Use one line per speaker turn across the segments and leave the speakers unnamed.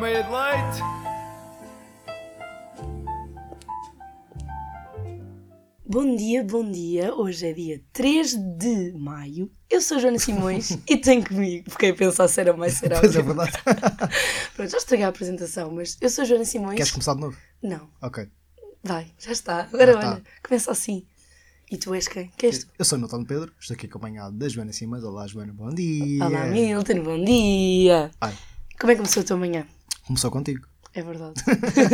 made it late.
Bom dia, bom dia. Hoje é dia 3 de maio. Eu sou a Joana Simões e tenho comigo. Fiquei a pensar se era mais será.
Pois é verdade.
Pronto, já estraguei a apresentação, mas eu sou a Joana Simões.
Queres começar de novo?
Não,
Ok.
vai, já está. Agora
Já está.
olha, começa assim. E tu és quem? Quem és tu?
Eu sou o Notão Pedro, estou aqui acompanhado da Joana Simas. Olá, Joana, bom dia.
Olá, Milton, bom dia.
é. Ai,
Como é que começou a tua manhã?
começou contigo.
É verdade.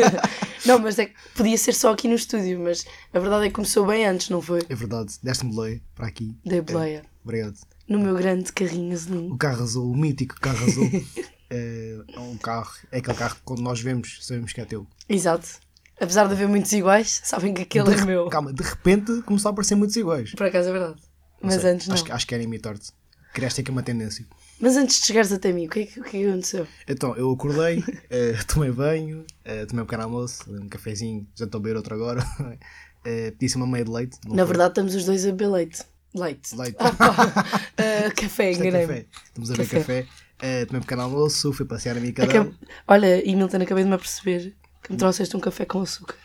não, mas é que podia ser só aqui no estúdio, mas a verdade é que começou bem antes, não foi?
É verdade, deste-me boleia para aqui.
Dei boleia.
Obrigado.
No meu grande carrinho azulinho.
O carro azul, o mítico carro azul. é é um carro, é aquele carro que quando nós vemos, sabemos que é teu.
Exato. Apesar de haver muitos iguais, sabem que aquele é meu.
Calma, de repente começou a aparecer muitos iguais.
Por acaso é verdade. Mas
sei,
antes não.
Acho, que- acho que era imitar-te. Criaste aqui uma tendência.
Mas antes de chegares até mim, o que é que, o que é que aconteceu?
Então, eu acordei, eh, tomei banho, eh, tomei um pequeno almoço, um cafezinho, já estou a beber outro agora. Eh, Pedi-se uma meia de leite. não
Na
foi?
verdade, estamos os dois a beber leite. Leite.
Leite.
Ah, pá. Ah, café,
Isto é
enganei-me.
café. Estamos a ver
Café.
café. Eh, tomei um pequeno almoço, fui passear a minha cadela.
Acab... É Olha, e Milton, acabei de me aperceber que me trouxeste um café com açúcar.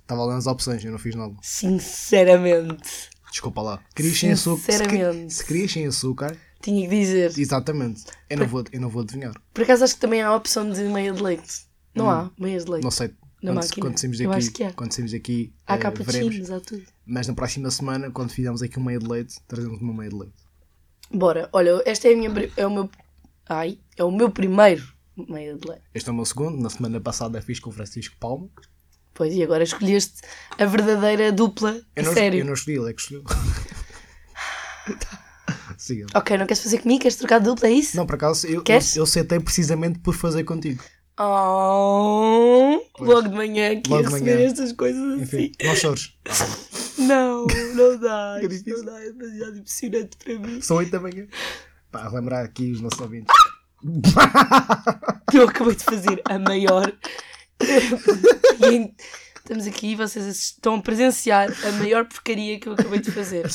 Estava lá nas opções, eu não fiz nada.
Sinceramente.
Desculpa lá. Querias sem açúcar. Se, que-
Sinceramente.
se querias sem açúcar,
Tinha que dizer.
exatamente. Eu não vou, eu não vou adivinhar.
Por acaso acho que também há a opção de meia de leite. Não há meias de leite.
Hum. Não sei.
Na
quando,
máquina.
quando saímos
Eu
daqui,
acho que há.
quando saímos daqui
Há
eh, veremos.
cappuccinos, há tudo.
Mas na próxima semana, quando fizermos aqui um meio de leite, trazemos uma meia de leite.
Bora, olha, esta é a minha. pri- É o meu. Ai, é o meu primeiro meia de leite.
Este é o meu segundo. Na semana passada fiz com o Francisco Palmo.
Pois, e agora escolheste a verdadeira dupla.
Eu
a
não,
sério.
eu não escolhi, ele é que escolheu. Siga.
Ok, não queres fazer comigo? Queres trocar de dupla? É isso?
Não, por acaso, eu,
Queres?
eu, eu sentei precisamente por fazer contigo.
Oh, logo de manhã que ia
Logo de
receber
manhã.
estas coisas
Enfim, não chores.
assim. Não, não dá.
Que
isto não
difícil.
dá. É demasiado impressionante para mim.
São 8 da manhã. Pá, lembrar aqui os nossos ouvintes.
Eu acabei de fazer a maior. E em- Estamos aqui e vocês estão a presenciar a maior porcaria que eu acabei de fazer.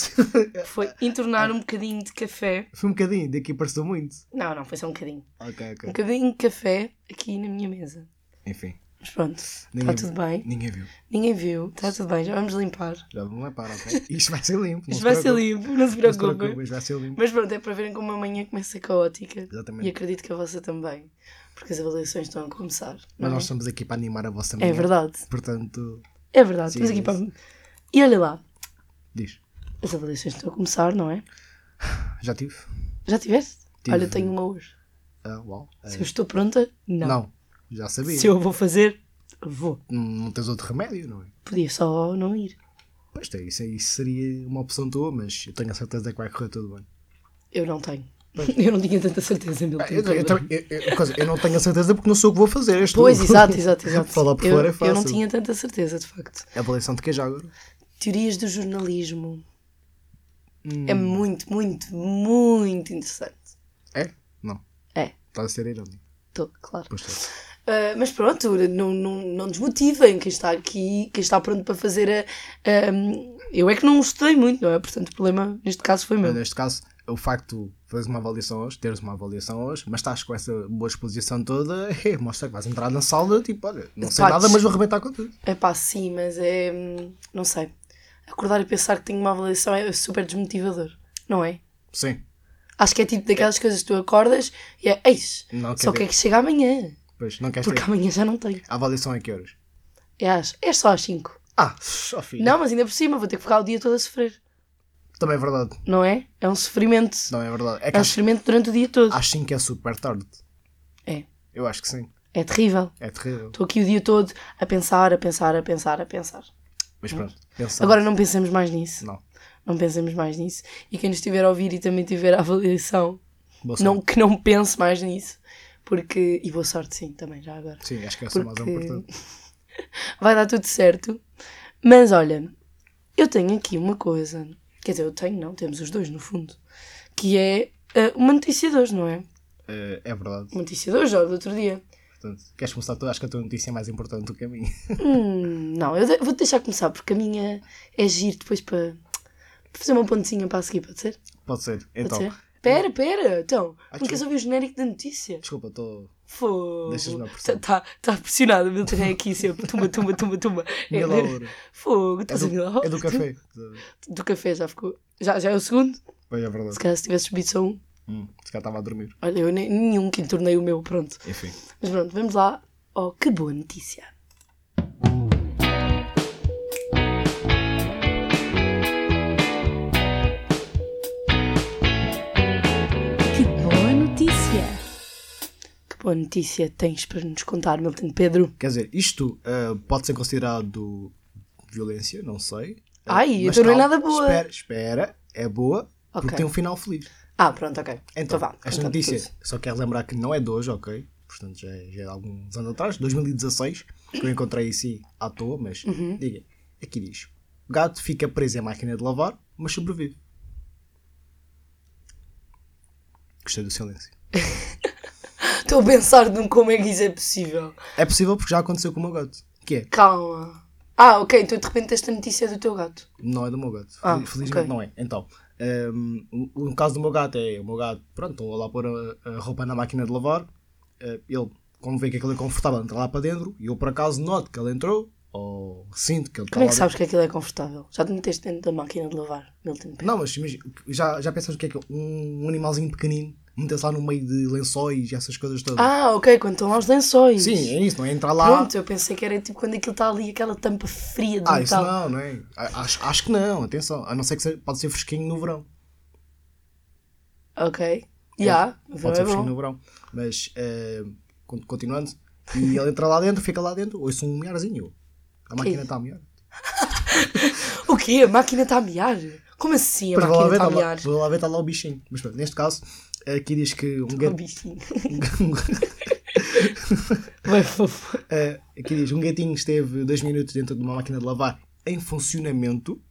Foi entornar um bocadinho de café.
Foi um bocadinho, daqui pareceu muito.
Não, não, foi só um bocadinho.
Ok,
Um
ok.
bocadinho de café aqui na minha mesa.
Enfim,
Mas pronto, está
Ninguém
tudo bem.
ninguém viu.
Ninguém viu, está tudo bem, já vamos limpar.
Já vamos lá para, ok? Isto vai ser limpo. não
Isto
se
vai ser
preocupe.
limpo, não se
Não se
preocupem.
preocupe, isto vai ser limpo.
Mas pronto, é para verem como a manhã começa caótica.
Exatamente.
E acredito que a vossa também. Porque as avaliações estão a começar. não
Mas
é?
nós estamos aqui para animar a vossa manhã.
É verdade,
Portanto,
é verdade. Estamos
Sim,
aqui para. E olha lá,
diz.
as avaliações estão a começar, não é?
Já tive?
Já tiveste?
Tive.
Olha, tenho uma hoje.
Ah, uau. Ah,
Se eu estou pronta, não.
não. Já sabia.
Se eu vou fazer, vou.
Não não tens outro remédio, não é?
Podia só não ir.
Pois tem, isso, aí seria uma opção tua, mas eu tenho a certeza que vai correr tudo bem.
Eu não tenho. Eu não tinha tanta certeza, meu
Ah, Eu, eu, eu- eu- coisa, eu não tenho a certeza porque não sou o que vou fazer. és tu.
Pois, exato, exato, exato.
Falar por
eu,
fora é
eu não
fácil.
tinha tanta certeza, de facto.
Avaliação de que já agora?
Teorias do jornalismo.
Hum.
É muito, muito, muito interessante.
É? Não.
É,
Está a ser irónico.
estou, claro.
Pois é. está.
Ah, mas pronto, não, não, não desmotivem quem está aqui, quem está pronto para fazer a. a- eu é que não estudei muito, não é? Portanto, o problema neste caso foi meu.
Neste caso, é o facto de fazeres uma avaliação hoje, teres uma avaliação hoje, mas estás com essa boa exposição toda, eh, mostra que vais entrar na sala, tipo, olha, não sei
Pá,
nada, mas vou arrebentar com tudo.
É pá, sim, mas é. hum, Não sei. Acordar e pensar que tenho uma avaliação é super desmotivador, não é?
Sim.
Acho que é tipo daquelas coisas que tu acordas e é eis,
Não
só
quer
que é
ver.
que chega amanhã,
Pois, não queres
porque
ter.
amanhã já não tenho.
A avaliação é que horas?
É, às, é só às 5.
Ah, só filho.
Não, mas ainda por cima vou ter que ficar o dia todo a sofrer,
Também é verdade.
não é? É um sofrimento.
Não é verdade. É que
É um
às,
sofrimento durante o dia todo.
às 5 é super tarde.
É,
Eu acho que sim.
é terrível.
É terrível.
Estou aqui o dia todo a pensar, a pensar, a pensar, a pensar.
Mas pronto, pensa.
Agora não pensemos mais nisso.
Não.
Não pensemos mais nisso. E quem nos estiver a ouvir e também tiver a avaliação,
Boa
não,
sorte.
que não pense mais nisso. Porque. E boa sorte, sim, também, já agora.
Sim, acho que essa é mais
Porque-
importante.
Vai dar tudo certo. Mas olha, eu tenho aqui uma coisa. Quer dizer, eu tenho, não, temos os dois no fundo. Que é ah, uma notícia de hoje, não é?
Eh, é verdade.
Uma notícia de hoje, já do outro dia.
Portanto, queres começar tu? Acho que a tua notícia é mais importante do que a minha.
Hum, não, eu de- vou-te deixar começar porque a minha é giro depois para para fazer uma pontezinha para a seguir, pode ser?
Pode ser.
Pode
Então,
ser? Pera, pera, então, não
desculpa.
queres ouvir o genérico da notícia?
desculpa, é estou
Fogo.
Deixas-me apressar.
Está tá, tá pressionado, o Milton é aqui sempre. Tumba, tumba, tumba, tumba. É,
Mil a hora.
Fogo,
É
estás a mil à
do,
hora.
é do café.
Do café já ficou. Já, já é o segundo?
Bem, é
Se
verdade.
calhar se tivesse subido só um.
Hum, se calhar estava a dormir.
Olha, eu nem, nenhum que entornei o meu, pronto.
Enfim.
Mas pronto, vamos lá. Oh, que boa notícia.
Que boa notícia!
Que boa notícia tens para nos contar, Milton Pedro?
Quer dizer, isto ah, pode ser considerado violência, não sei. Ah,
Ai,
mas
então não é
calma,
nada boa.
Espera, espera. É boa porque
Ok.
tem um final feliz.
Ah, pronto, ok.
Então,
vá.
esta
conta-me
notícia,
tudo.
só quero lembrar que não é de hoje, ok? Portanto, já, é- já é de alguns anos atrás, 2016, que eu encontrei assim à toa, mas
Uhum.
diga, aqui diz: o gato fica preso em máquina de lavar, mas sobrevive. Gostei do silêncio.
Estou a pensar num como é que isso é possível.
É possível porque já aconteceu com o meu gato. Que é,
Calma. Ah, ok, então de repente esta notícia é do teu gato.
não é do meu gato.
Ah,
Fel- Felizmente
ok.
não é. Então, hum, o, o caso do meu gato é: o meu gato, pronto, estou lá a pôr a, a roupa na máquina de lavar, eh, ele, como vê que aquilo é confortável, entra lá para dentro e eu por acaso noto que ele entrou, ou sinto que ele está
Como é que
lá
sabes que aquilo é confortável? Já te meteste dentro da máquina de lavar, Milton Pedro?
Não, mas imagina, já, já pensaste o que é que é? Um, um animalzinho pequenino, meter-se lá no meio de lençóis e essas coisas todas.
Ah, ok, quando estão lá os lençóis.
Sim, é isso, não é? Entrar lá.
Pronto, eu pensei que era tipo quando aquilo está ali, aquela tampa fria de
ah, isso
metal.
não, não é? A- Acho, acho que não, atenção. A não ser que seja- pode ser fresquinho no verão.
Ok. Já,
Pode ser
yeah, é
fresquinho
bom.
no verão. Mas, eh, con- continuando, e ele entra lá dentro, fica lá dentro, ouço um miarzinho. A máquina tá está a miar.
O quê? A máquina está a miar? Como assim a
Mas vou lá
máquina
ver,
está
está
a
lá,
miar?
vou lá ver, está lá o bichinho. Mas pronto, neste caso, aqui diz que um
Oh,
gato.
bichinho. Vai, fofo.
Eh, aqui diz, um gatinho esteve dois minutos dentro de uma máquina de lavar em funcionamento.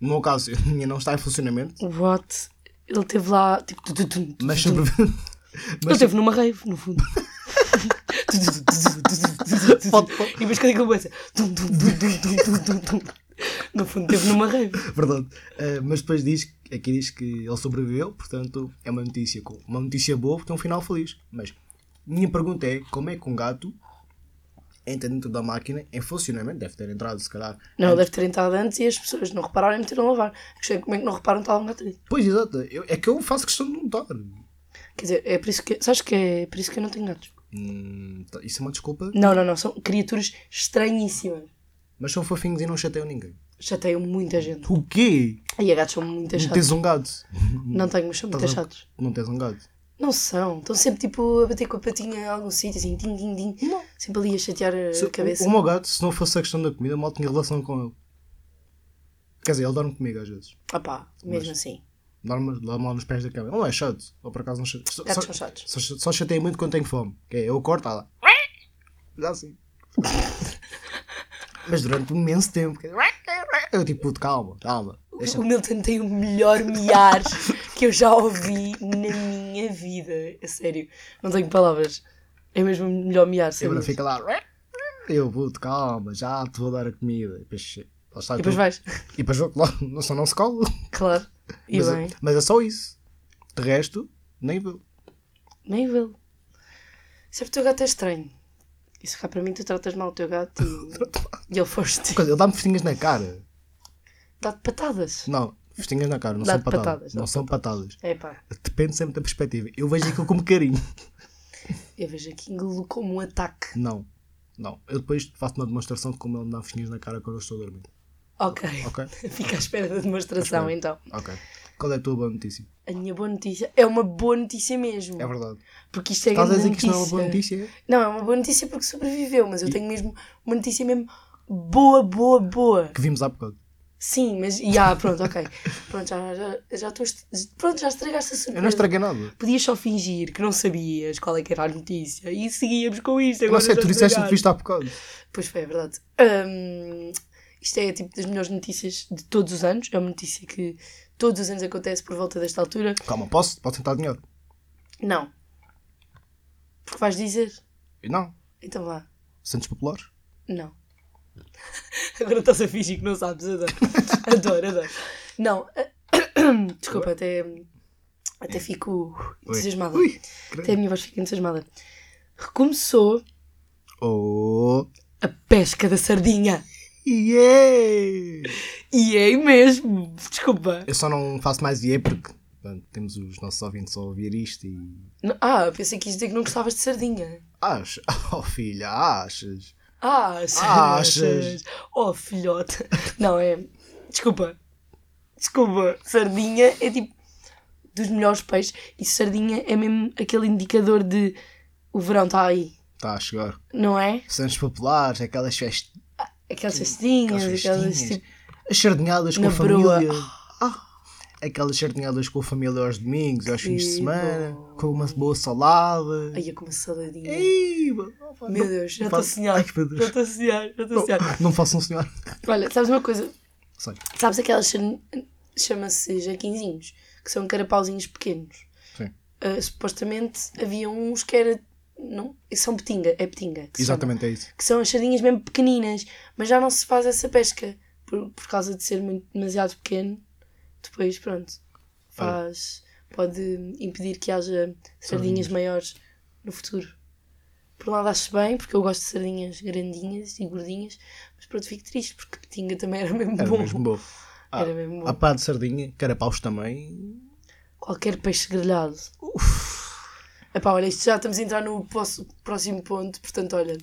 No meu caso, a minha não está em funcionamento,
What? Ele esteve lá, tipo, tu, tu, tu, tu,
mas
tu.
sobrevive.
ele esteve numa rave, no fundo. Tu, tu, tu, tu, tu, tu, tu, tu,
Pode-
tu.
pode.
E depois quando aquilo começa, tum, tum, tum, tum, tum, tum, tum. no fundo esteve numa rave.
Verdade. Eh, mas depois diz, aqui diz que ele sobreviveu, portanto é uma notícia, co- uma notícia boa, porque tem um final feliz. Mas minha pergunta é, como é que um gato entra dentro da máquina em funcionamento? Deve ter entrado, se calhar.
Não, ele deve ter entrado antes e as pessoas não repararam e meteram a lavar. Gostei como é que não reparam tal um gato ali.
Pois, exato. Eu- é que eu faço questão de notar.
Quer dizer, é por isso que. Sabes que é por isso que eu não tenho gatos?
Hum, tá- isso é uma desculpa,
Não, não, não. São criaturas estranhíssimas.
mas são fofinhos e não chateiam ninguém.
Chateiam muita gente.
O quê?
E a gatos são muito
Não
chatos.
tens um gato.
Não tenho, mas são muito
Estás a-
chatos.
Não tens um gato.
Não são. Estão sempre tipo a bater com a patinha em algum sítio, assim, din, din, din. Sempre ali a chatear a
Se-
Eh, cabeça.
O, o meu gato, se não fosse a questão da comida, mal tinha relação com ele. Quer dizer, ele dorme comigo às vezes.
Ah pá, mesmo assim.
Dorme lá mal nos pés da cama. Ele Não é chato. Ou por acaso não chato. Só,
Gatos
só-
são chatos.
só, só chateia muito quando tenho fome. Que é, eu corto, está lá. Dá assim. Mas durante um imenso tempo. que é, Eu tipo, puto, calma, calma.
O Milton tem o melhor miar que eu já ouvi na minha vida. A sério. Não tenho palavras. É mesmo o melhor miar,
E agora
sério.
fica lá. Eu, puto, calma, já te vou dar a comida. E depois, lá está,
E depois
tu-
vais.
E depois vou- lá, só não se cola.
Claro. E
Mas,
bem.
é, mas é só isso. De resto, nem vou.
Mavel. Isso é porque o teu gato é estranho. Isso cá para mim tu tratas mal o teu gato e, e ele foste.
Coisa, Ele dá-me festinhas na cara.
Dá-te patadas.
Não, festinhas na cara, não
Dá-te
são patadas.
patadas,
não
dá-te
são patadas.
É pá,
Depende sempre da perspectiva. Eu vejo aquilo como carinho.
eu vejo aqui engolo como um ataque.
Não, não. Eu depois faço uma demonstração de como ele me dá festinhas na cara quando eu estou a dormir.
Ok.
Ok?
Fica à espera da demonstração
À espera.
então.
Ok. Qual é a tua boa notícia?
A minha boa notícia é uma boa notícia mesmo.
É verdade.
Porque isto é
Estás a
grande
dizer que isto não é uma boa notícia?
Não, é uma boa notícia porque sobreviveu, mas eu tenho mesmo uma notícia mesmo boa, boa, boa.
Que vimos há bocado.
Sim, mas. Já, pronto, ok. Pronto, já, já, já estou. est- Pronto, já estragaste a surpresa.
Eu não estraguei nada.
Podias só fingir que não sabias qual é que era a notícia e seguíamos com isto.
Eu não
Agora
sei,
já
tu disseste
estragaste.
que viste há bocado.
Pois foi, é verdade. Hum, isto é tipo das melhores notícias de todos os anos. É uma notícia que todos os anos acontece por volta desta altura.
Calma, posso? Posso tentar dinheiro?
Não. Porque vais dizer?
E Não.
Então vá.
Santos Populares?
Não. Agora estás a fingir que não sabes. Adoro, adoro. adoro. Não. Desculpa, até, até fico entusiasmada.
Ui,
Até a minha voz fica entusiasmada. recomeçou
Oh!
a pesca da sardinha.
Yeah!
E é mesmo, desculpa.
Eu só não faço mais yeah porque pronto, temos os nossos ouvintes a ouvir isto e.
Não- Ah, pensei que ias dizer que não gostavas de sardinha.
Achas? Oh filha, achas?
Achas?
Achas?
Oh, filhote. Não, é. Desculpa. Desculpa. Sardinha é tipo dos melhores peixes. E sardinha é mesmo aquele indicador de o verão está aí,
Está a chegar.
não é?
Santos populares, aquelas festas.
Aquelas cestinhas,
aquelas
aquelas
festinhas,
tipo.
as sardinhadas com
na
a
broa.
família. Ah, aquelas sardinhadas com a família aos domingos, aos fins de
Que
semana, com uma boa salada.
Ai, é como uma saladinha.
Ei, mano, não fa-
Meu
não-
Deus, já
não
estou a
fa-
sonhar.
Ai, meu
Já
Deus.
estou a sonhar, já estou a sonhar.
Não, não façam sonhar.
Olha, sabes uma coisa?
Sonho.
Sabes aquelas cham- chama-se jaquinzinhos, que são carapauzinhos pequenos.
Sim.
Ah, supostamente havia uns que era. Não, são petinga, é petinga. que se chama.
Exatamente é isso.
que são as sardinhas mesmo pequeninas, mas já não se faz essa pesca por, por causa de ser muito, demasiado pequeno. Depois, pronto, faz. pode impedir que haja sardinhas,
Sardinhas.
maiores no futuro. Por um lado, acho bem, porque eu gosto de sardinhas grandinhas e gordinhas, mas pronto, fico triste porque petinga também era mesmo
Era
bom.
mesmo bom. Ah,
Era mesmo bom.
A pá de sardinha, carapaus também.
Qualquer peixe grelhado. Epá, olha, isto já estamos a entrar no posso- próximo ponto, portanto, olha,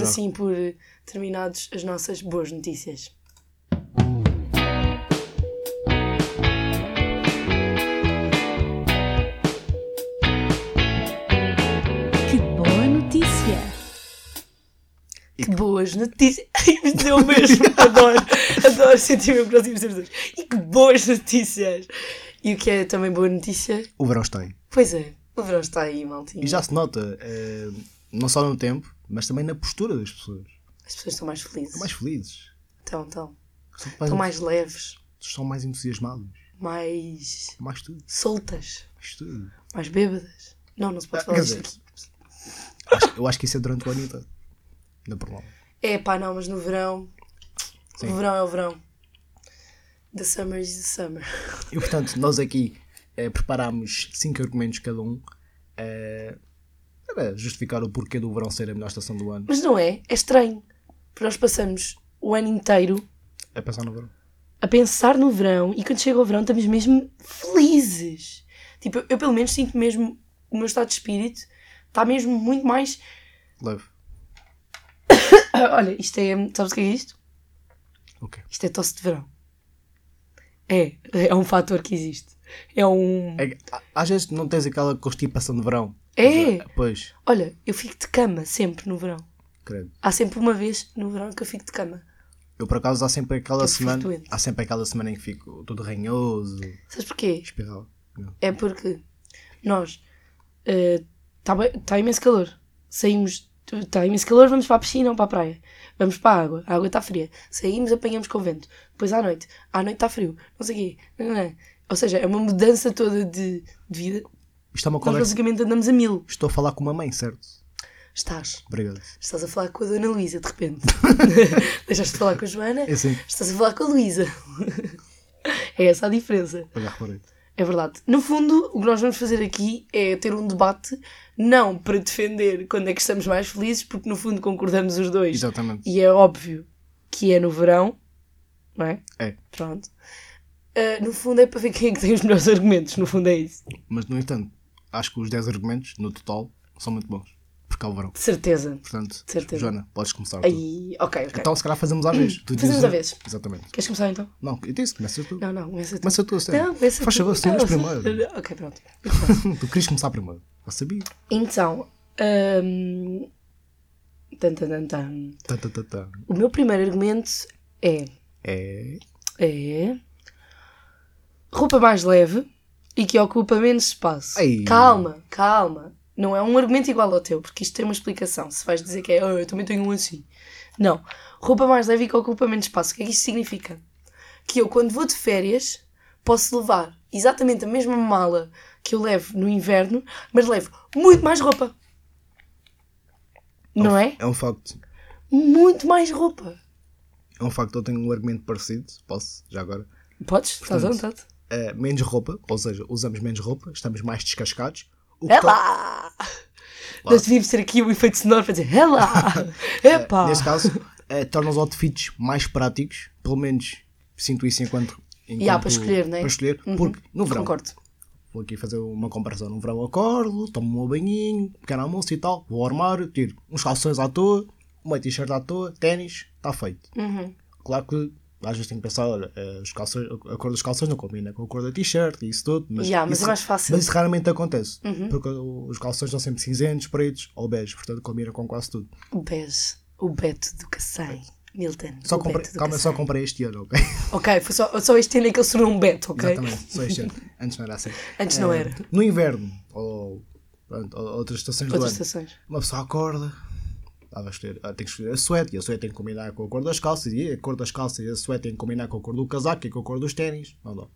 damos
já.
assim por eh, terminados as nossas boas notícias.
Que boa notícia!
Que boas notícias. Isto é o mesmo. Adoro. Adoro sentir-me próximo ser dois. E que boas notícias. E o que é também boa notícia?
O verão está aí.
Pois é, o verão está aí, maltinho.
E já se nota, eh, não só no tempo, mas também na postura das pessoas.
As pessoas estão mais felizes.
Estão mais felizes.
Estão, estão.
São mais,
Estão mais leves,
são mais entusiasmados.
mais
Mais tudo.
soltas,
Mais tudo.
mais bêbadas. Não, não se pode
Ah,
falar
quer
disso
dizer-
aqui.
Acho- eu acho que isso é durante o ano inteiro. Não por mal.
É pá, não, mas no verão.
Sim.
O verão é o verão. The summer is the summer.
E portanto, nós aqui eh, preparámos cinco argumentos cada um eh, para justificar o porquê do verão ser a melhor estação do ano.
Mas não é? É estranho. Porque nós passamos o ano inteiro
A pensar É no verão.
a pensar no verão e quando chega o verão estamos mesmo felizes. Tipo, eu, eu pelo menos sinto mesmo o meu estado de espírito está mesmo muito mais.
Leve.
Ah, olha, isto é. Sabes o que é isto?
Ok.
Isto é tosse de verão. É, é um fator que existe. É um.
É que, a- às vezes não tens aquela constipação de verão.
É!
eh, Pois,
Olha, eu fico de cama sempre no verão.
credo.
Há sempre uma vez no verão que eu fico de cama.
Eu por acaso há sempre aquela
Eu fico
semana.
doente.
Há sempre aquela semana em que fico todo ranhoso,
Sabes porquê?
espirral. Não.
É porque nós eh, está tá imenso calor. Saímos, está imenso calor, vamos para a piscina ou para a praia. Vamos para a água, a água está fria. Saímos, apanhamos com o vento. Depois à noite, à noite está frio, não sei o quê. Não, não, não. Ou seja, é uma mudança toda de, de vida.
Isto é uma
Nós
conversa.
basicamente andamos a mil.
Estou a falar com uma mãe, certo?
Estás.
Obrigado.
Estás a falar com a Dona Luísa, de repente. Deixaste de falar com a Joana,
É assim.
estás a falar com a Luísa. é essa a diferença.
Olha, reparei.
É verdade. No fundo, o que nós vamos fazer aqui é ter um debate, não para defender quando é que estamos mais felizes, porque no fundo concordamos os dois.
Exatamente.
E é óbvio que é no verão, não é?
É.
Pronto. Ah, no fundo é para ver quem é que tem os melhores argumentos, no fundo é isso.
Mas no entanto, acho que os 10 argumentos, no total, são muito bons. Porque há o verão.
De certeza.
Portanto,
certeza.
Joana, podes começar. tu.
Aí, ok, ok.
Então, se calhar fazemos às vezes. Tu
Fazemos
dizes-
à vez.
Exatamente.
Queres começar então?
Não, eu disse, começas tu.
Não, não, começa tu.
Começa tu, a sério.
Não, começa
Faz
tu.
favor, senhoras
Ah,
primeiro.
Ok, pronto.
Tu querias começar primeiro. Eu sabia.
Então, hum, tan, tan, tan, tan.
Tá, tá, tá, tá.
o meu primeiro argumento é
É.
É. Roupa mais leve e que ocupa menos espaço.
Ei.
Calma, calma. Não é um argumento igual ao teu, porque isto tem uma explicação. Se vais dizer que é, "Oh, eu também tenho um assim. Não. Roupa mais leve e que ocupa menos espaço. O que é que isto significa? Que eu, quando vou de férias, posso levar exatamente a mesma mala que eu levo no inverno, mas levo muito mais roupa. Não é?
É um facto.
Muito mais roupa.
É um facto. Eu tenho um argumento parecido. Posso, já agora.
Podes? Estás à
Portanto,
vontade.
Eh, menos roupa, ou seja, usamos menos roupa, estamos mais descascados. O que
É
to-
lá! Nós devíamos ter aqui o efeito sonoro para dizer Hela! Epá!
Nesse É, caso, eh, torna os outfits mais práticos, pelo menos sinto isso enquanto. enquanto
há para escolher, não é?
Para escolher,
Uhum.
porque no verão,
Concordo.
vou aqui fazer uma comparação. No verão, acordo, tomo um banhinho, pequeno almoço e tal, vou ao armário, tiro uns calções à toa, uma t-shirt à toa, ténis, está feito.
Uhum.
Claro que às vezes tenho que pensar, olha, eh, os calções, a cor dos calções não combina com a cor da t-shirt e isso tudo, mas,
Yeah, mas
isso,
é mais fácil. Uhum.
mas isso raramente acontece, porque os calções são sempre cinzentos, pretos ou bege, portanto combina com quase tudo.
O Bez, o Beto do Cacém. Milton.
Só
o
comprei,
Beto do
calma, eu
Cacém.
só comprei este ano, ok?
Ok, foi só, só este ano é que ele se tornou um Beto, ok?
Exatamente, só este ano. Antes não era assim.
Antes não
Eh,
era.
No inverno, ou pronto, ou- outras estações
Outras
do ano,
estações.
uma pessoa acorda, ah, vai escolher, ah, tem que escolher a suéte, e a suéte tem que combinar com a cor das calças, e a cor das calças e a suéte tem que combinar com a cor do casaco e com a cor dos ténis. Não dá.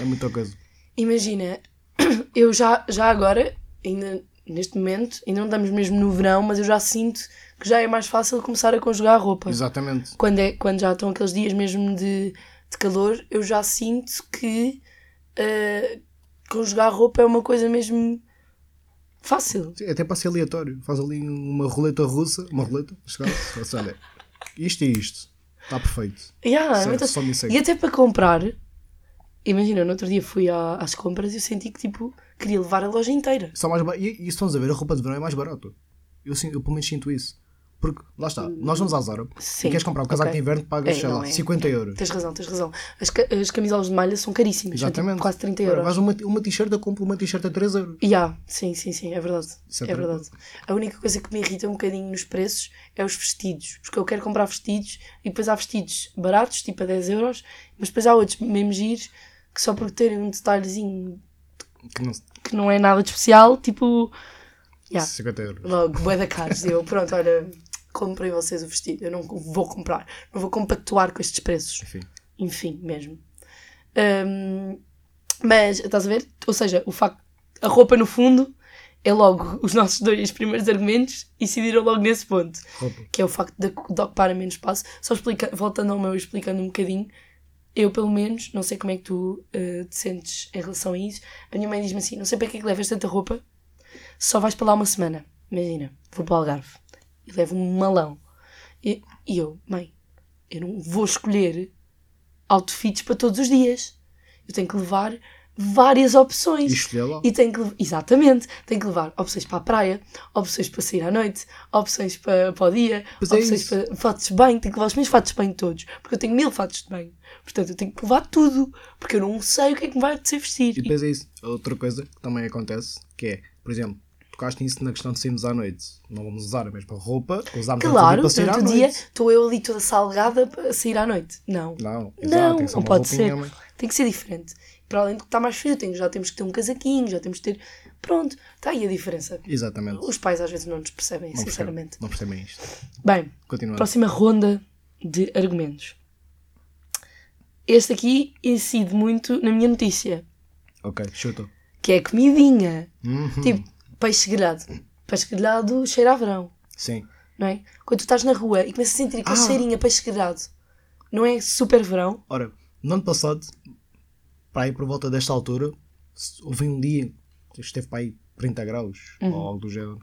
É muita coisa.
Imagina, eu já, já agora, ainda neste momento, ainda não estamos mesmo no verão, mas eu já sinto que já é mais fácil começar a conjugar a roupa.
Exatamente.
Quando, é, quando já estão aqueles dias mesmo de, de calor, eu já sinto que eh, conjugar roupa é uma coisa mesmo fácil.
Sim, Até para ser aleatório. Faz ali uma roleta russa, uma roleta, é, neste caso, faz, olha, isto e isto. Está perfeito.
Yeah,
Certo,
então-
só me segue.
e até para comprar, imagina, no outro dia fui à- às compras e eu senti que tipo, queria levar a loja inteira.
Só mais ba- e, e se vamos a ver, a roupa de verão é mais barata. Eu, sin- eu pelo menos sinto isso. Porque, lá está, nós vamos à Zara
Sim,
e queres comprar um casaco
ok.
de inverno, pagas,
É,
sei
não
lá,
é.
50 euros.
Tens razão, tens razão. As, ca- as camisolas de malha são caríssimas, são tipo
Exatamente.
quase 30
Agora,
euros.
Vais uma, uma t-shirt, eu compro uma t-shirt a 3 euros.
E há, sim, sim, sim, é verdade.
Isso é
é verdade. A única coisa que me irrita um bocadinho nos preços é os vestidos, porque eu quero comprar vestidos e depois há vestidos baratos, tipo a 10 euros, mas depois há outros mesmo giros que só por terem um detalhezinho
Que não,
que não é nada de especial, tipo, Yeah.
50 euros.
logo, bué da caros. Eu, pronto, olha, comprei vocês o vestido, eu não vou comprar, não vou compactuar com estes preços.
Enfim.
enfim, mesmo. Ahm, mas, estás a ver? Ou seja, o facto, a roupa no fundo é logo os nossos dois primeiros argumentos e decidiram logo nesse ponto,
Roupa.
que é o facto de, de ocuparem menos espaço. Só explica, voltando ao meu e explicando um bocadinho, eu pelo menos, não sei como é que tu eh, te sentes em relação a isso, a minha mãe diz-me assim, não sei para que é que levas tanta roupa, só vais para lá uma semana. Imagina, vou para o Algarve e levo um malão. E, e eu, mãe, eu não vou escolher outfits para todos os dias. Eu tenho que levar várias opções.
E escolher lá.
E tenho que, lev- exatamente, tenho que levar opções para a praia, opções para sair à noite, opções para, para o dia,
Pois é
opções
isso.
para fatos de banho. Tenho que levar os meus fatos de banho todos, porque eu tenho mil fatos de banho. Portanto, eu tenho que levar tudo, porque eu não sei o que é que me vai acontecer vestir.
E depois é isso. Outra coisa que também acontece, que é, por exemplo, tocaste nisso na questão de sairmos à noite. Não vamos usar a mesma roupa que usámos
Claro,
antes de ir então, para sair
durante
à
o dia
noite.
estou eu ali toda salgada para sair à noite. Não.
Não,
Não,
exato, tem que ser
não
uma
pode
roupinha, né?
ser.
mas-
Tem que ser diferente. Para além de que está mais frio, tem- já temos que ter um casaquinho, já temos que ter. Pronto, está aí a diferença.
Exatamente.
Os pais às vezes não nos percebem,
Não percebem-
sinceramente.
Não percebem isto.
Bem,
Continuando.
próxima ronda de argumentos. Este aqui incide muito na minha notícia,
Ok, chuta.
que é a comidinha.
Uhum.
Tipo, peixe grelhado. Peixe grelhado cheira a verão,
Sim.
não é? Quando tu estás na rua e começas a sentir aquele
Ah.
cheirinho a peixe grelhado, não é super verão?
Ora, no ano passado, para aí por volta desta altura, se- houve um dia que esteve para aí 30 graus
Uhum.
ou algo do género.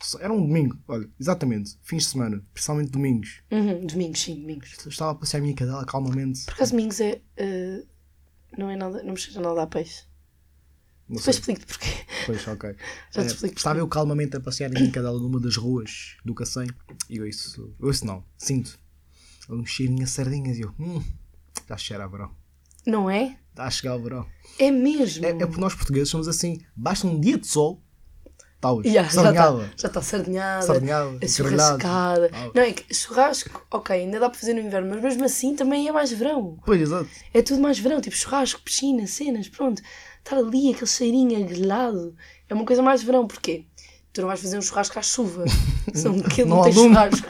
Só- Era um domingo, olha, exatamente, fins de semana, principalmente domingos.
Uhum, domingos, sim, domingos.
Eu Estava a passear a minha cadela calmamente.
Por acaso, domingos é. eh, não é nada. Não me cheira nada a peixe.
Não
Depois
sei,
explico-te porquê.
depois, ok.
Já te
Eh,
explico.
estava eu calmamente a passear a minha cadela numa das ruas do Cacém e eu isso, eu isso não, sinto. Um cheirinho a sardinhas e eu, hum, está a cheirar a verão.
Não é?
Está a chegar o verão.
É mesmo.
É, é porque nós portugueses somos assim, basta um dia de sol, está hoje.
Yeah, já
sardinhada.
está tá sardinhada,
Sardinhada,
a
grelhado.
churrascada.
Ah.
Não, é que churrasco, ok, ainda dá para fazer no inverno, mas mesmo assim também é mais verão.
Pois, exato.
É tudo mais verão, tipo churrasco, piscina, cenas, pronto. Estar ali, aquele cheirinho agrelado, é uma coisa mais verão. Porquê? Tu não vais fazer um churrasco à chuva. São aquilo, não,
Não há
tens
lume.
churrasco.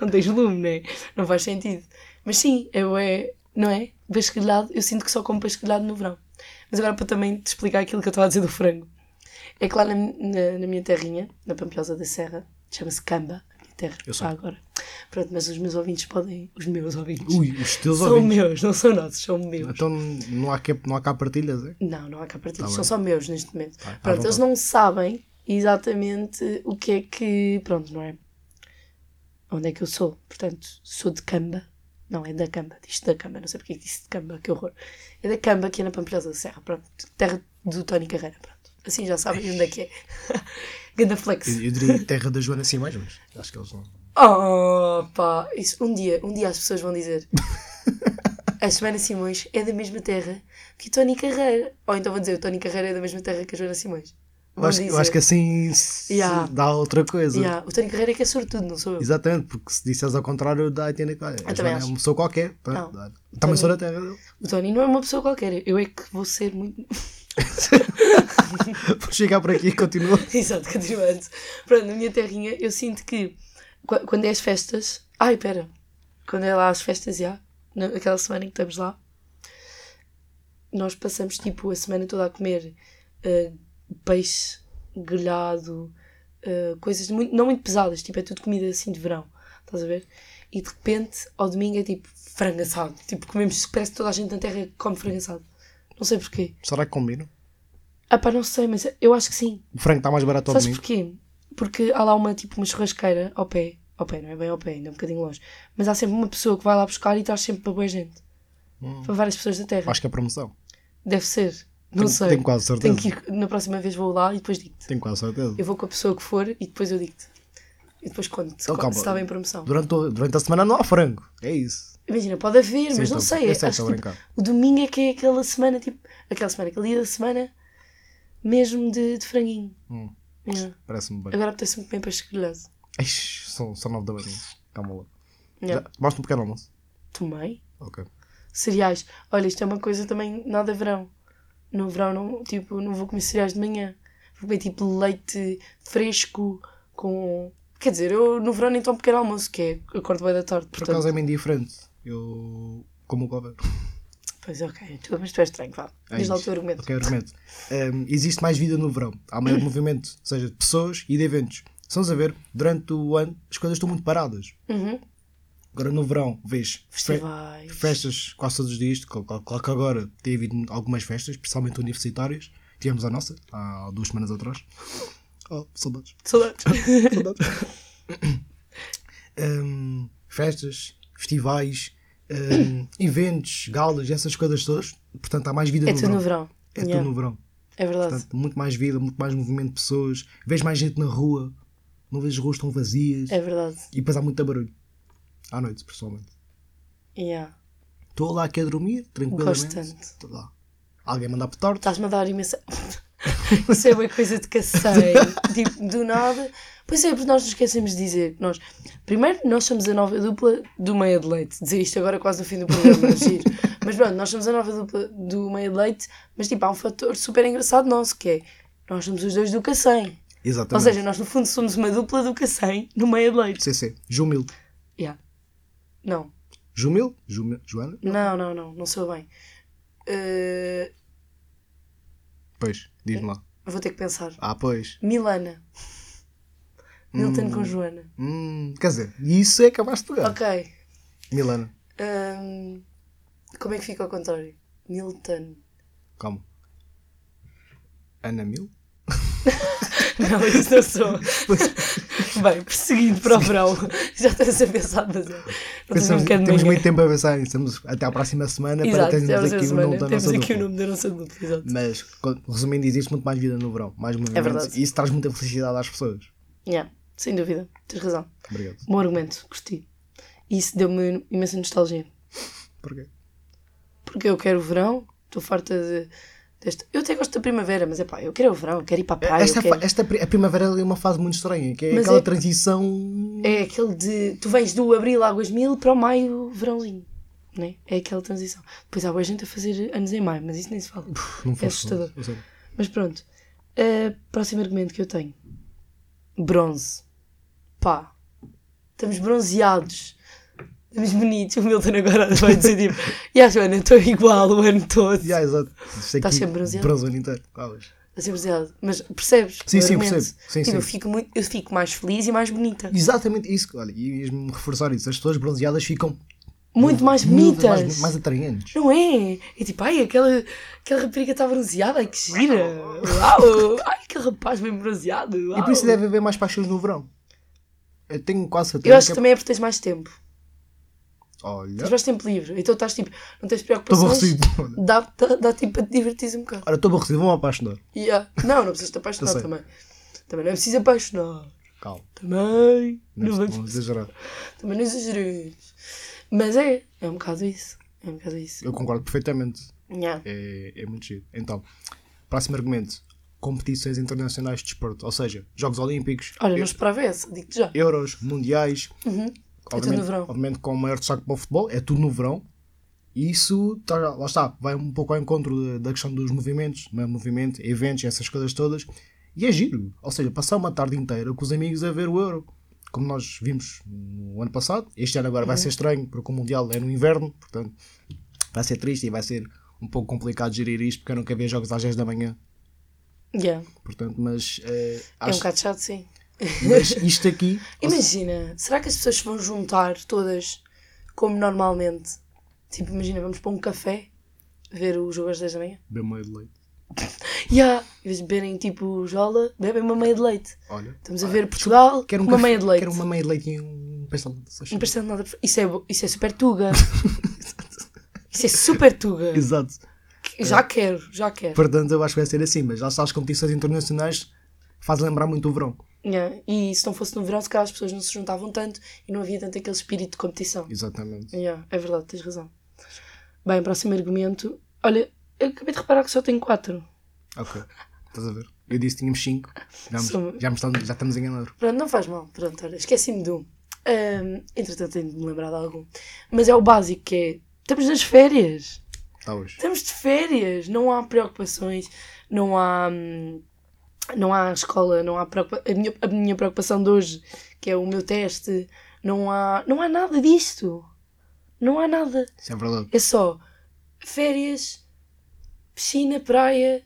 Não tens lume, né? Não faz sentido. Mas sim, eu é, não é? Peixe grelhado, eu sinto que só como peixe grelhado no verão. Mas agora para também te explicar aquilo que eu estava a dizer do frango. É que lá na, na- na minha terrinha, na Pampilhosa da Serra, chama-se Camba, a minha terra,
Eu sei.
já agora. Pronto, mas os meus ouvintes podem. Os meus ouvintes.
Ui, os teus
são
ouvintes.
meus, não são nossos, são meus.
Então não há, que, não há cá partilhas, é?
Não, não há cá partidos,
Tá
são só
bem.
meus neste momento.
Tá, tá
Pronto,
bom,
eles
tá.
não sabem exatamente o que é que. Pronto, não é? Onde é que eu sou? Portanto, sou de Camba. Não, é da Camba. Disse da Camba, não sei porque é que disse de Camba, que horror. É da Camba, que é na Pampilhosa da Serra, pronto. Terra do Tony Carreira, pronto. Assim já sabem onde é que é. Ganda flex.
Eu, eu diria terra da Joana Simões, mas acho que eles não.
Oh, pá, isso, um dia, um dia as pessoas vão dizer. A Joana Simões é da mesma terra que o Tony Carreira. Ou então vão dizer, o Tony Carreira é da mesma terra que a Joana Simões.
Eu acho, eu acho que assim se
Yeah.
dá outra coisa.
Yeah, O Tony Carreira é que é sortudo, não sou eu.
Exatamente, porque se disseres ao contrário, dá a entender que olha, a
também
Joana é
acho.
uma pessoa qualquer. Pronto,
Não.
dá. Também sou da terra dele.
O Tony não é uma pessoa qualquer. Eu é que vou ser muito.
Vou chegar por aqui e continua.
Exato, continuando. Pronto, na minha terrinha, eu sinto que qu- quando é as festas. Ai, pera. Quando é lá as festas, já. na- Naquela semana em que estamos lá, nós passamos tipo a semana toda a comer eh, peixe grelhado, eh, coisas muito- não muito pesadas. Tipo, é tudo comida assim de verão. Estás a ver? E de repente, ao domingo, é tipo frango assado. Tipo, comemos. Parece que toda a gente na terra come frango assado. Não sei porquê.
Será que combinam?
Ah, pá, não sei, mas eu acho que sim.
O frango está mais barato ao
Sabes
domingo.
porquê? Porque há lá uma, tipo, uma churrasqueira ao pé. Ao pé, não é bem ao pé, ainda é um bocadinho longe. Mas há sempre uma pessoa que vai lá buscar e traz sempre para boa gente.
Hum.
Para várias pessoas da terra.
Acho que é promoção.
Deve ser. Não
Tenho-
sei.
tenho quase certeza.
Tenho que ir- na próxima vez vou lá e depois digo-te.
Tenho quase certeza.
Eu vou com a pessoa que for e depois eu digo-te. E depois conto-te
Então,
qual-
calma.
se estava em promoção.
Durante, o- durante a semana não há frango. É isso.
Imagina, pode haver,
Sim,
mas não
estou-
sei.
eu sei,
acho
estou
que,
a
tipo,
brincar.
o domingo é que é aquela semana, tipo, aquela semana, aquele dia da semana mesmo de, de franguinho.
Hum.
Yeah.
Parece-me bem.
Agora apetece-me comer peixe grelhado.
Ixi, são, são nove da manhã. Calma lá.
Yeah.
Já- Basta um pequeno almoço.
Tomei.
Ok.
cereais. Olha, isto é uma coisa também nada verão. No verão, não, tipo, não vou comer cereais de manhã. Vou comer tipo leite fresco com. Quer dizer, eu no verão nem tomo pequeno almoço, que é eu acordo bem da tarde.
Por
Portanto,
acaso é bem diferente. Eu como o que houver.
Pois ok, tu, mas tu és estranho, vá.
É
Diz lá o
isso.
teu argumento.
Ok, argumento. Hum, existe mais vida no verão. Há maior movimento, ou seja, de pessoas e de eventos. Estamos a ver, durante o ano as coisas estão muito paradas.
Uhum.
Agora no verão, vês fe-
Festivais.
festas quase todos os dias. Claro, claro- claro que agora tem havido algumas festas, principalmente universitárias. Tivemos a nossa, há duas semanas atrás. Oh, saudades.
Saudades.
saudades. Hum, festas, festivais, hum, eventos, galas, essas coisas todas. Portanto, há mais vida
É
no
tudo
verão.
no verão.
É
Yeah,
tudo no verão.
é verdade.
Portanto, muito mais vida, muito mais movimento de pessoas. Vês mais gente na rua. Não vês as ruas tão vazias.
É verdade.
E depois há muito barulho. À noite, pessoalmente.
Yeah.
Estou lá aqui a dormir, tranquilamente.
Constante.
Estou lá. Alguém manda petardo.
Estás-me a dar imensa. Isso é uma coisa de caceio. tipo, do nada. Pois é, porque nós nos esquecemos de dizer que nós. Primeiro, nós somos a nova dupla do Meia de Leite. Dizer isto agora é quase no fim do programa, é giro. Mas pronto, nós somos a nova dupla do Meia de Leite, mas tipo, há um fator super engraçado nosso que é. Nós somos os dois do Cacém. Ou
Exatamente.
seja, nós no fundo somos uma dupla do Cacém no Meia de Leite.
CC. Jumil.
Yeah. Não.
Jumil? Jumil? Joana?
Não, não, não. Não sou bem. Eh,
Pois,
É.
diz-me lá.
vou ter que pensar.
Ah, pois.
Milana. Milton com Joana.
Hum, quer dizer, isso é capaz de pegar.
Ok.
Milana,
Hum, como é que fica ao contrário? Milton.
calma. Ana Mil?
Não, isso não sou. Bem, perseguindo para o verão. Já estás a pensar, mas é. Não estou um
Pensamos,
bocado
temos
de manhã.
muito tempo a pensar nisso. Temos até à próxima semana para
Exato, já
termos
temos,
aqui o nome da
temos
nossa
aqui o
dupla. Hum.
nome da nossa dupla. Exato.
Mas, co- resumindo, existe muito mais vida no verão, mais movimentos.
É verdade.
e isso traz muita felicidade às pessoas.
Yeah, sem dúvida, tens razão.
Obrigado.
Bom argumento, gostei. Isso deu-me imensa nostalgia.
Porquê?
Porque eu quero o verão, estou farta de. Desta... Eu até gosto da primavera, mas é pá, eu quero o verão, eu quero ir para a praia.
É, esta,
eu quero...
fa- esta pri- a primavera é uma fase muito estranha, que é
Mas
aquela
é-
transição.
É aquele de. Tu vens do abril, águas mil, para o maio, verãozinho. Né? É aquela transição. Depois há boa gente a fazer anos em maio, mas isso nem se fala.
Não faz
é assustador.
sentido, eu sei.
Mas pronto. Uh, próximo argumento que eu tenho: bronze. Pá. Estamos bronzeados. Estamos bonitos. O Milton agora vai dizer tipo: E a Joana, estou igual o ano todo.
Yeah, exato. Isto
Estás
aqui,
Tá sempre bronzeado?
Bronze o ano inteiro. Calmas.
A ser bronzeado. Mas percebes?
Sim,
o
sim,
argumento?
percebo. Sim,
Tipo,
sim.
Eu, fico muito, eu fico mais feliz e mais bonita.
Exatamente isso. Olha, e mesmo reforçar isso. As pessoas bronzeadas ficam
Muito mais
muito
bonitas.
mais, mais atraentes.
Não tá é? É tipo, ai, aquela, aquela rapariga está bronzeada, ai que gira! Uau! Ai, que rapaz bem bronzeado.
E
uau.
por isso deve haver mais paixões no verão. Eu tenho quase certeza.
Eu acho que
é-
também é porque tens mais tempo.
Olha,
Tens mais tempo livre. Então estás tipo, não tens
estou
preocupações.
aborrecido.
Dá, dá, dá tempo para te divertir um bocado.
Ora, estou aborrecido, vou-me apaixonar.
Yeah. Não, não precisas te apaixonar
Eu sei.
também. Também não é preciso apaixonar.
Calma,
Também. Não
não
vamos
vamos exagerar.
Também não exageremos. Mas é, é um bocado isso. É um bocado isso.
Eu concordo perfeitamente.
Yeah.
É, é muito giro. Então, próximo argumento: competições internacionais de desporto, ou seja, Jogos Olímpicos,
Olha, não
eu-
esperava essa, digo-te já.
Euros, Mundiais.
É tudo no verão.
obviamente com o maior destaque para o futebol, é tudo no verão. E isso, tá, lá está, vai um pouco ao encontro da, da questão dos movimentos, não é? movimento, eventos, essas coisas todas. E é giro, ou seja, passar uma tarde inteira com os amigos a ver o Euro. Como nós vimos no ano passado, este ano agora vai
Uhum.
ser estranho, porque o Mundial é no inverno, portanto vai ser triste e vai ser um pouco complicado gerir isto, porque eu nunca vi jogos às 10 da manhã.
Yeah.
Portanto, mas, eh,
É um
acho-
bocado chato, sim.
mas isto aqui,
Imagina, será que as pessoas se vão juntar todas como normalmente? Tipo, imagina, vamos para um café ver o jogo às 10 da manhã.
bem meio de leite,
E yeah. em vez de beberem tipo jola, bebem uma meia de leite.
olha.
Estamos a ver Portugal
Quero um
com uma
café-
meia de leite.
Quero uma meia de leite e um pastel de salsicha.
Não precisa de nada. Isso é, bo- isso é super tuga. isso é super tuga.
Exato.
Já quero, já quero.
Portanto, eu acho que vai ser assim, mas lá está, as competições internacionais fazem lembrar muito o verão.
Yeah. E se não fosse no verão, se calhar as pessoas não se juntavam tanto e não havia tanto aquele espírito de competição.
Exatamente.
Yeah, é verdade, tens razão. Bem, próximo argumento. Olha, eu acabei de reparar que só tenho quatro.
Ok. Estás a ver? Eu disse que tínhamos 5. Já,
Sou-
me- já, me estamos- já estamos em janeiro.
Pronto, não faz mal. Pronto, olha, esqueci-me de um. Ahm, entretanto, tenho de me lembrar de algum. Mas é o básico que é... Estamos nas férias.
Está hoje.
Estamos de férias, não há preocupações, não há. hum, Não há escola, não há preocupa- a minha, a minha preocupação de hoje, que é o meu teste, não há, não há nada disto. Não há nada.
Isso é verdade.
É só férias, piscina, praia,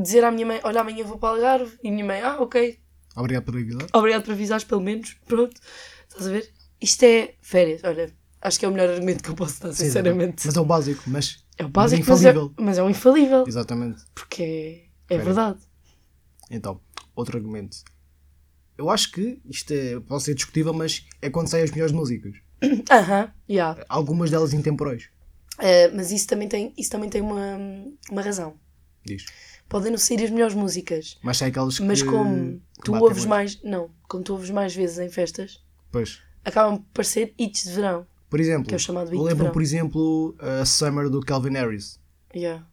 dizer à minha mãe, olha, amanhã vou para o Algarve, e a minha mãe, ah, ok,
Obrigado por avisar.
obrigado por avisares pelo menos, pronto. Estás a ver? Isto é férias, olha, acho que é o melhor argumento que eu posso dar, sinceramente.
Mas é o básico, mas.
é o básico, mas é,
infalível.
mas é um infalível.
Exatamente.
Porque é
Espera.
verdade.
Então, outro argumento. Eu acho que isto é, pode ser discutível, mas é quando saem as melhores músicas.
Aham, yeah.
Algumas delas intemporais.
Eh, mas isso também tem, isso também tem uma, uma razão.
Diz.
Podem não sair as melhores músicas,
Mas sai aquelas que.
mas como
que
tu
batem
ouves
muito.
mais. Não, como tu ouves mais vezes em festas,
Pois.
acabam por parecer hits de verão.
Por exemplo,
Que é o chamado hit
eu
de
lembro,
verão.
por exemplo, a Summer do Calvin Harris.
Yeah.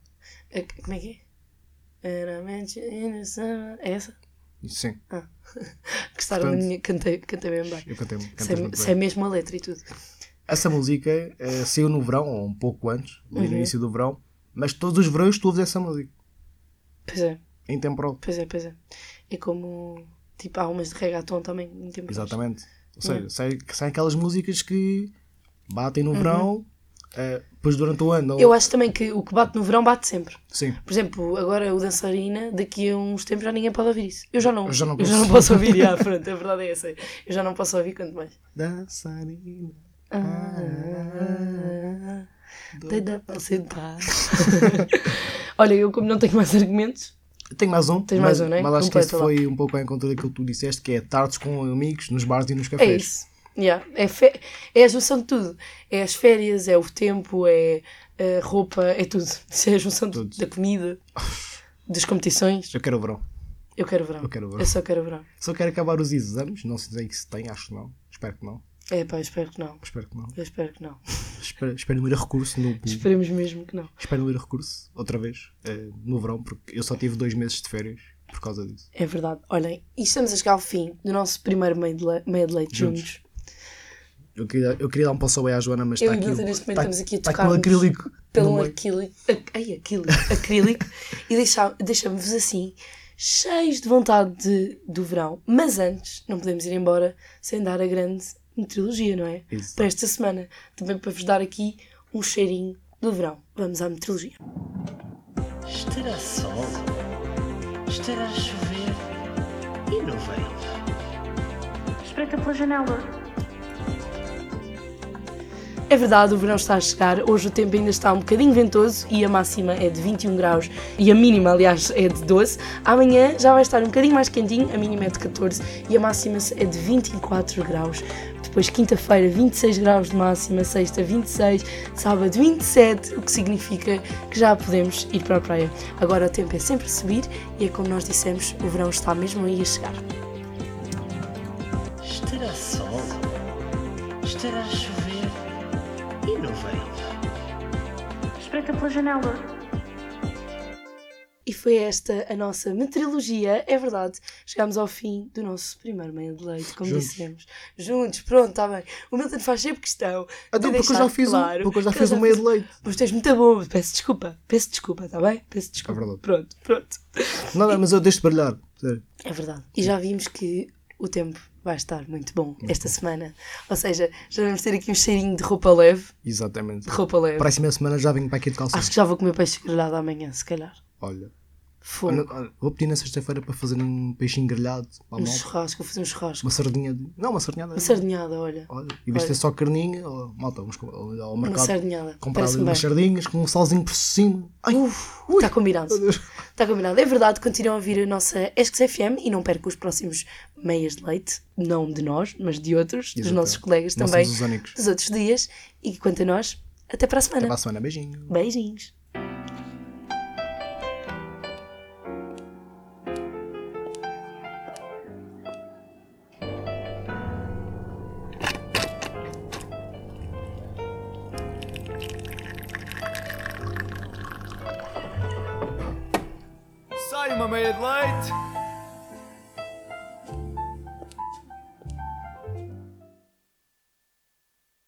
Eh, como é que é? And I met you in the summer. É essa?
Sim,
Gostaram da
Portanto,
minha. Cantei, cantei bem é bem.
eu cantei cantas
Sei,
muito
sei
bem.
mesmo a letra e tudo.
Essa música eh, saiu no verão, ou um pouco antes, ali
Uhum.
no início do verão, mas todos os verões tu ouves essa música,
Pois é,
em temporal.
pois é, pois é. É como. Tipo, há umas de reggaeton também. em tempos
Exatamente. Ou seja, sai, saem aquelas músicas que batem no verão, eh, depois durante o ano.
Uhum. Eu acho também que o que bate no verão bate sempre.
Sim,
Por exemplo, agora o dançarina, daqui a uns tempos já ninguém pode ouvir isso. Eu já não,
Eu já não
Eu já não
posso.
posso ouvir, já, pronto, a verdade é essa. Eu já não posso ouvir quanto mais.
dançarina.
Deita para sentar. Olha, eu como não tenho mais argumentos,
Tenho mais um,
Tens
mas,
mais um, né?
mas acho que
Completa
isso
lá.
foi um pouco ao encontro daquilo que tu disseste, que é tardes com amigos nos bares e nos
é
cafés.
isso. Yeah, É, fe- é a junção de tudo. É as férias, é o tempo, é a roupa, é tudo. Isso é a junção de-
Tudo.
da comida, das competições.
Eu quero o verão.
Eu quero verão.
Eu quero verão.
Eu só quero verão.
Só quero acabar os exames, não sei se tem, acho que não. Espero que não.
É pá, eu espero que não.
Espero que não.
Eu espero que
Hum.
não.
Espero, espero não ir a recurso no.
Esperemos mesmo que não.
Espero não ir a recurso outra vez eh, no verão, porque eu só tive dois meses de férias por causa disso.
É verdade. Olhem, e estamos a chegar ao fim do nosso primeiro meio de, le- meio de leite juntos.
Juntos. Eu queria, eu queria dar um passo bem à Joana, mas
Eu
está
e
aqui.
Guilherme,
o-
neste momento,
está-
estamos aqui a
está aqui
tocar-nos
um acrílico. no
Pelo
meio.
acrílico. ac- Ai, acrílico. acrílico e deixa- deixamos-vos assim, cheios de vontade de- do verão. Mas antes, não podemos ir embora sem dar a grande meteorologia, não é?
Exato.
Para esta semana. Também para vos dar aqui um cheirinho do verão. Vamos à meteorologia.
Estará sol? Estará a chover? E não veio?
Espreita pela janela.
É verdade, o verão está a chegar. Hoje o tempo ainda está um bocadinho ventoso e a máxima é de 21 graus e a mínima, aliás, é de 12. Amanhã já vai estar um bocadinho mais quentinho, a mínima é de 14 e a máxima é de 24 graus. Depois, quinta-feira, 26 graus de máxima, sexta, 26, sábado, 27, o que significa que já podemos ir para a praia. Agora o tempo é sempre a subir e é como nós dissemos, o verão está mesmo aí a chegar.
Estará sol, estará a chover e não vem.
Espreita pela janela.
E foi esta a nossa meteorologia, é verdade. Chegámos ao fim do nosso primeiro meio de leite, como
Juntos.
dissemos. Juntos, pronto, está bem. O Milton faz sempre questão. de
Então, porque eu já
deixar
fiz
claro
um, porque eu já
que
fiz um meio de leite.
Mas tu és muito bobo, peço desculpa, peço desculpa, está bem? Peço desculpa.
É verdade.
Pronto, pronto.
Não, não, mas eu deixo de Eh, brilhar. sério.
É verdade. E já vimos que o tempo vai estar muito bom esta semana. Ou seja, já vamos ter aqui um cheirinho de roupa leve.
Exatamente.
De roupa leve.
Para a próxima semana já venho para aqui de calções.
Acho que já vou comer peixe grelhado amanhã, se calhar.
Olha,
Fogo.
olha, olha, vou pedir na sexta-feira para fazer um peixinho grelhado, para a
Um
malta.
churrasco, vou fazer um churrasco.
uma sardinha. De... Não, uma sardinhada.
Uma sardinhada, olha.
Olha, em vez de
Olha.
ter só carninha, ó, malta, vamos co- ao ao
Uma
mercado.
sardinhada.
Comprar ali
Parece-me
umas
bem. tá
sardinhas com um salzinho por cima. Ai, ui,
Está combinado.
meu Deus.
Está combinado. É verdade, continuam a ouvir a nossa Esques FM e não percam os próximos meias de leite, não de nós, mas de outros, dos
Exatamente.
nossos colegas
Não
também,
somos os únicos.
dos outros dias. E quanto a nós, até para a semana.
Até para a semana, beijinho.
Beijinhos.
Sai uma meia de leite.